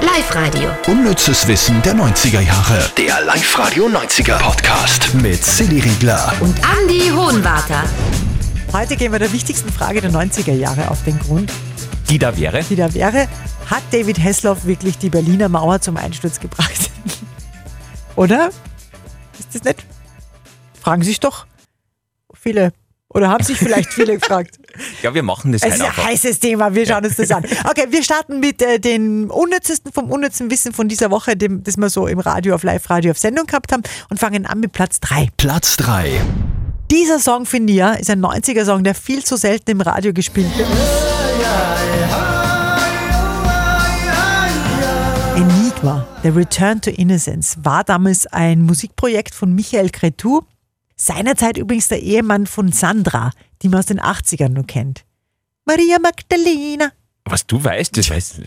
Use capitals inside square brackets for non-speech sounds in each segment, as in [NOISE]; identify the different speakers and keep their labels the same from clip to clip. Speaker 1: Live-Radio.
Speaker 2: Unnützes Wissen der 90er Jahre.
Speaker 3: Der Live-Radio 90er Podcast.
Speaker 2: Mit Silly Riegler.
Speaker 1: Und Andy Hohenwarter.
Speaker 4: Heute gehen wir der wichtigsten Frage der 90er Jahre auf den Grund,
Speaker 5: die da wäre.
Speaker 4: die da wäre, hat David Hasselhoff wirklich die Berliner Mauer zum Einsturz gebracht? [LAUGHS] Oder? Ist das nett? Fragen sich doch viele. Oder haben sich vielleicht viele gefragt.
Speaker 5: Ja, wir machen das
Speaker 4: Es ist
Speaker 5: heute
Speaker 4: ein
Speaker 5: einfach.
Speaker 4: heißes Thema, wir schauen uns das an. Okay, wir starten mit äh, dem unnützesten vom unnützen Wissen von dieser Woche, dem, das wir so im Radio, auf Live-Radio, auf Sendung gehabt haben und fangen an mit Platz 3.
Speaker 2: Platz 3.
Speaker 4: Dieser Song, finde ich, ja, ist ein 90er-Song, der viel zu selten im Radio gespielt wird. Enigma, The Return to Innocence, war damals ein Musikprojekt von Michael Cretu, seinerzeit übrigens der Ehemann von Sandra, die man aus den 80ern nur kennt. Maria Magdalena.
Speaker 5: Was du weißt, das weiß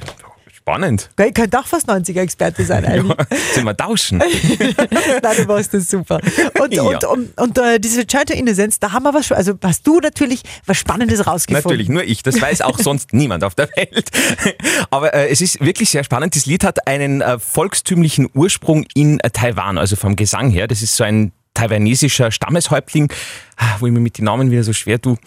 Speaker 5: Spannend.
Speaker 4: Gell, Ich könnte auch fast 90er-Experte
Speaker 5: [LAUGHS]
Speaker 4: sein eigentlich.
Speaker 5: Ja, sind wir [LAUGHS] tauschen.
Speaker 4: Nein, du machst das super. Und,
Speaker 5: [LAUGHS] Ja.
Speaker 4: und, und, und äh, diese Child to Innocence, da haben wir was, also hast du natürlich was Spannendes rausgefunden.
Speaker 5: Natürlich, nur ich. Das weiß auch sonst niemand auf der Welt. [LAUGHS] Aber äh, es ist wirklich sehr spannend. Das Lied hat einen äh, volkstümlichen Ursprung in äh, Taiwan, also vom Gesang her. Das ist so ein taiwanesischer Stammeshäuptling, ah, wo ich mir mit den Namen wieder so schwer tue.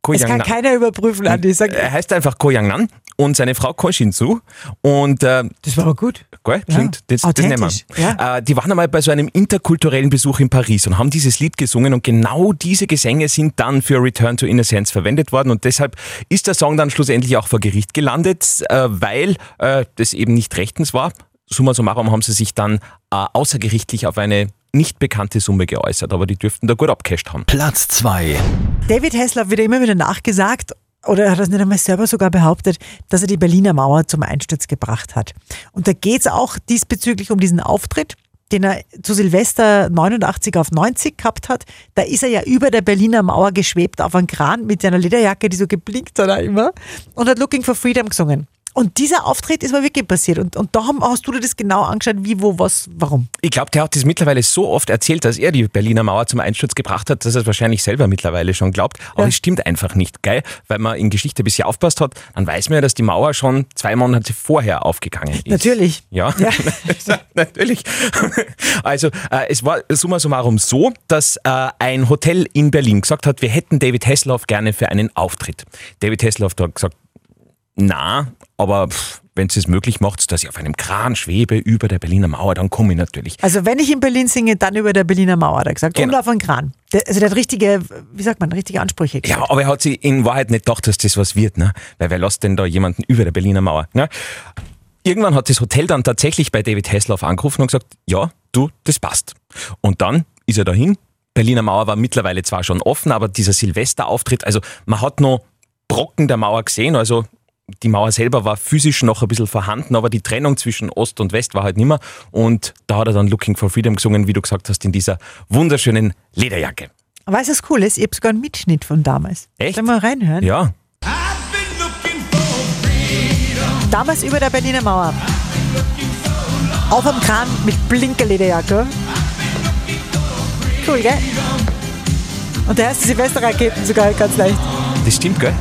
Speaker 5: Ko
Speaker 4: Das
Speaker 5: Yang
Speaker 4: kann
Speaker 5: Nan.
Speaker 4: keiner überprüfen, Andi. Sag,
Speaker 5: Er heißt einfach Ko Yang Nan und seine Frau Ko Shin Su. Und äh,
Speaker 4: das war aber gut.
Speaker 5: Gell? Klingt, das, das nehmen
Speaker 4: Authentisch.
Speaker 5: wir. Äh, die waren einmal bei so einem interkulturellen Besuch in Paris und haben dieses Lied gesungen und genau diese Gesänge sind dann für Return to Innocence verwendet worden und deshalb ist der Song dann schlussendlich auch vor Gericht gelandet, äh, weil äh, das eben nicht rechtens war. Summa summarum haben sie sich dann äh, außergerichtlich auf eine nicht bekannte Summe geäußert, aber die dürften da gut abcashed haben.
Speaker 2: Platz 2.
Speaker 4: David Hessler wird ja immer wieder nachgesagt, oder hat das nicht einmal selber sogar behauptet, dass er die Berliner Mauer zum Einsturz gebracht hat. Und da geht es auch diesbezüglich um diesen Auftritt, den er zu Silvester 89 auf 90 gehabt hat. Da ist er ja über der Berliner Mauer geschwebt auf einen Kran mit seiner Lederjacke, die so geblinkt hat auch immer, und hat Looking for Freedom gesungen. Und dieser Auftritt ist mal wirklich passiert. Und, und da haben- hast du dir das genau angeschaut, wie, wo, was, warum.
Speaker 5: Ich glaube, der hat das mittlerweile so oft erzählt, dass er die Berliner Mauer zum Einsturz gebracht hat, dass er es wahrscheinlich selber mittlerweile schon glaubt. Aber es stimmt einfach nicht, geil? Weil man in Geschichte ein bisschen aufpasst hat, dann weiß man ja, dass die Mauer schon zwei Monate vorher aufgegangen ist.
Speaker 4: Natürlich.
Speaker 5: Ja, [LAUGHS] natürlich. Also äh, es war summa summarum so, dass äh, ein Hotel in Berlin gesagt hat, wir hätten David Hasselhoff gerne für einen Auftritt. David Hasselhoff hat gesagt, na, aber wenn es möglich macht, dass ich auf einem Kran schwebe über der Berliner Mauer, dann komme ich natürlich.
Speaker 4: Also wenn ich in Berlin singe, dann über der Berliner Mauer, da gesagt. Und
Speaker 5: Genau.
Speaker 4: auf einen Kran. Der, also der hat richtige, wie sagt man, richtige Ansprüche.
Speaker 5: Ja, aber er hat sich in Wahrheit nicht gedacht, dass das was wird, ne? Weil wer lässt denn da jemanden über der Berliner Mauer? Ne? Irgendwann hat das Hotel dann tatsächlich bei David Hasselhoff angerufen und gesagt, ja, du, das passt. Und dann ist er dahin. Berliner Mauer war mittlerweile zwar schon offen, aber dieser Silvesterauftritt, also man hat noch Brocken der Mauer gesehen, also die Mauer selber war physisch noch ein bisschen vorhanden, aber die Trennung zwischen Ost und West war halt nimmer. Und da hat er dann Looking for Freedom gesungen, wie du gesagt hast, in dieser wunderschönen Lederjacke.
Speaker 4: Aber weißt du, was cool ist? Ich habe sogar einen Mitschnitt von damals.
Speaker 5: Echt?
Speaker 4: Sollen wir reinhören?
Speaker 5: Ja,
Speaker 4: Damals über der Berliner Mauer. Auf dem Kran mit blinker Lederjacke. Cool, gell? Und der erste Silvesterraketen sogar ganz leicht.
Speaker 5: das stimmt, gell?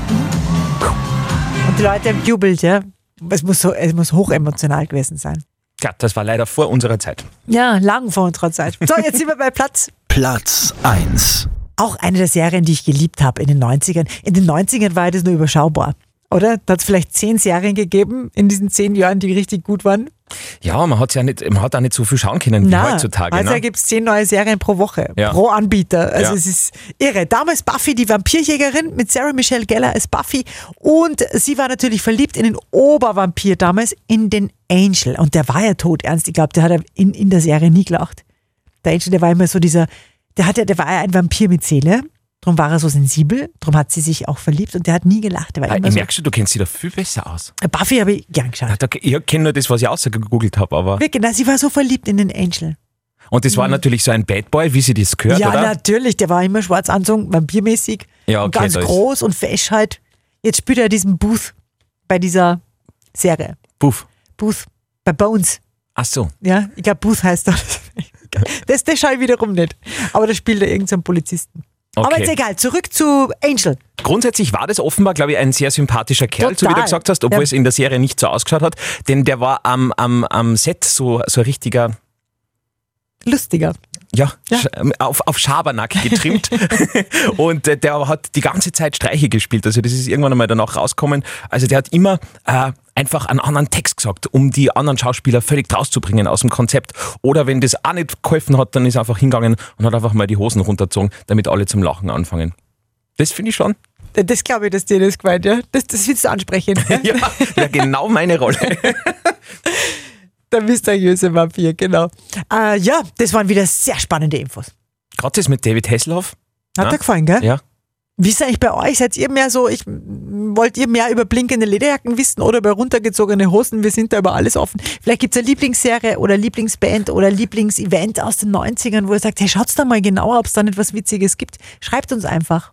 Speaker 4: Und die Leute haben jubelt, ja. Es muss, so, es muss hochemotional gewesen sein.
Speaker 5: Tja, das war leider vor unserer Zeit.
Speaker 4: Ja, lang vor unserer Zeit. So, jetzt sind wir bei Platz
Speaker 2: Platz 1.
Speaker 4: auch eine der Serien, die ich geliebt habe in den 90ern. In den 90ern war das nur überschaubar. Oder? Da hat es vielleicht zehn Serien gegeben in diesen zehn Jahren, die richtig gut waren.
Speaker 5: Ja, man hat ja nicht, man hat auch nicht so viel schauen können wie
Speaker 4: Na,
Speaker 5: heutzutage.
Speaker 4: Also da
Speaker 5: ne?
Speaker 4: gibt es zehn neue Serien pro Woche,
Speaker 5: Ja.
Speaker 4: pro Anbieter. Also
Speaker 5: Ja.
Speaker 4: es ist irre. Damals Buffy, die Vampirjägerin mit Sarah Michelle Geller als Buffy. Und sie war natürlich verliebt in den Obervampir damals, in den Angel. Und der war ja tot, ernst. Ich glaube, der hat ja in, in der Serie nie gelacht. Der Angel, der war immer so dieser, der, hat ja, der war ja ein Vampir mit Seele. Drum war er so sensibel, drum hat sie sich auch verliebt und der hat nie gelacht. Der war
Speaker 5: Ah,
Speaker 4: immer
Speaker 5: ich
Speaker 4: so.
Speaker 5: merke schon, du kennst dich da viel besser aus.
Speaker 4: Buffy habe ich gern geschaut.
Speaker 5: Da- Ich kenne nur das, was ich ausgegoogelt habe, aber.
Speaker 4: Wirklich, na, sie war so verliebt in den Angel.
Speaker 5: Und das war natürlich so ein Bad Boy, wie sie das gehört,
Speaker 4: Hm. Ja,
Speaker 5: oder?
Speaker 4: natürlich. Der war immer schwarz anzogen, vampirmäßig.
Speaker 5: Ja,
Speaker 4: und
Speaker 5: okay,
Speaker 4: ganz
Speaker 5: da ist-
Speaker 4: groß und fesch halt. Jetzt spielt er diesen Booth bei dieser Serie.
Speaker 5: Puff.
Speaker 4: Booth. Bei Bones.
Speaker 5: Ach so.
Speaker 4: Ja, [LAUGHS] ich glaube, Booth heißt er. Das, das schaue ich wiederum nicht. Aber da spielt er irgendeinen Polizisten. Aber
Speaker 5: Okay.
Speaker 4: ist egal, zurück zu Angel.
Speaker 5: Grundsätzlich war das offenbar, glaube ich, ein sehr sympathischer Kerl, so wie du
Speaker 4: Total.
Speaker 5: gesagt hast, obwohl
Speaker 4: Ja.
Speaker 5: es in der Serie nicht so ausgeschaut hat. Denn der war am, am, am Set so, so ein richtiger,
Speaker 4: Lustiger.
Speaker 5: ja,
Speaker 4: Ja.
Speaker 5: Sch- ähm, Auf, auf Schabernack getrimmt. [LAUGHS] und äh, der hat die ganze Zeit Streiche gespielt. Also das ist irgendwann einmal danach rausgekommen. Also der hat immer äh, einfach einen anderen Text gesagt, um die anderen Schauspieler völlig rauszubringen aus dem Konzept. Oder wenn das auch nicht geholfen hat, dann ist er einfach hingegangen und hat einfach mal die Hosen runtergezogen, damit alle zum Lachen anfangen. Das finde ich schon. [LAUGHS]
Speaker 4: Das glaube ich, dass dir das gefällt, ja. Das, das willst du
Speaker 5: [LAUGHS]
Speaker 4: ansprechen.
Speaker 5: Ja, ja genau meine Rolle.
Speaker 4: Der mysteriöse Vampir, genau. Äh, ja, das waren wieder sehr spannende Infos.
Speaker 5: Gerade das mit David Hasselhoff.
Speaker 4: Hat
Speaker 5: Ja.
Speaker 4: dir gefallen, gell?
Speaker 5: Ja.
Speaker 4: Wie ist eigentlich bei euch? Seid ihr mehr so, ich wollt ihr mehr über blinkende Lederjacken wissen oder über runtergezogene Hosen? Wir sind da über alles offen. Vielleicht gibt's eine Lieblingsserie oder Lieblingsband oder Lieblingsevent aus den 90ern, wo ihr sagt, hey, schaut's da mal genauer, ob's da nicht was Witziges gibt. Schreibt uns einfach.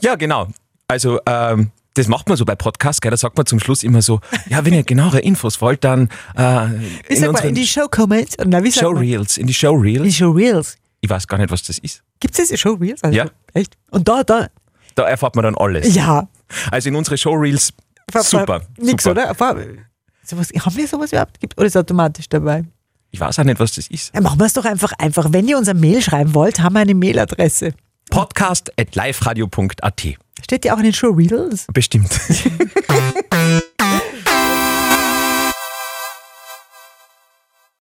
Speaker 5: Ja, genau. Also, ähm, das macht man so bei Podcasts, gell? da sagt man zum Schluss immer so, ja, wenn ihr genauere Infos wollt, dann äh,
Speaker 4: Wie
Speaker 5: in
Speaker 4: sagt man, in
Speaker 5: unseren
Speaker 4: die Show Comments? Na, wie sagt man?
Speaker 5: Showreels, in die
Speaker 4: Die
Speaker 5: Showreels.
Speaker 4: Showreels.
Speaker 5: Ich weiß gar nicht, was das ist.
Speaker 4: Gibt's das Showreels? Also,
Speaker 5: Ja.
Speaker 4: Echt? Und da, da,
Speaker 5: Da erfahrt man dann alles.
Speaker 4: ja.
Speaker 5: Also in unsere Showreels,
Speaker 4: Ver- ver-
Speaker 5: super.
Speaker 4: Nix,
Speaker 5: super.
Speaker 4: oder? Ver- Sowas, haben wir sowas überhaupt? Gibt- Oder ist automatisch dabei?
Speaker 5: Ich weiß auch nicht, was das ist.
Speaker 4: Ja, machen wir es doch einfach einfach. Wenn ihr uns eine Mail schreiben wollt, haben wir eine Mailadresse.
Speaker 5: Podcast at liveradio.at.
Speaker 4: Steht ja auch in den Showreels.
Speaker 5: Bestimmt.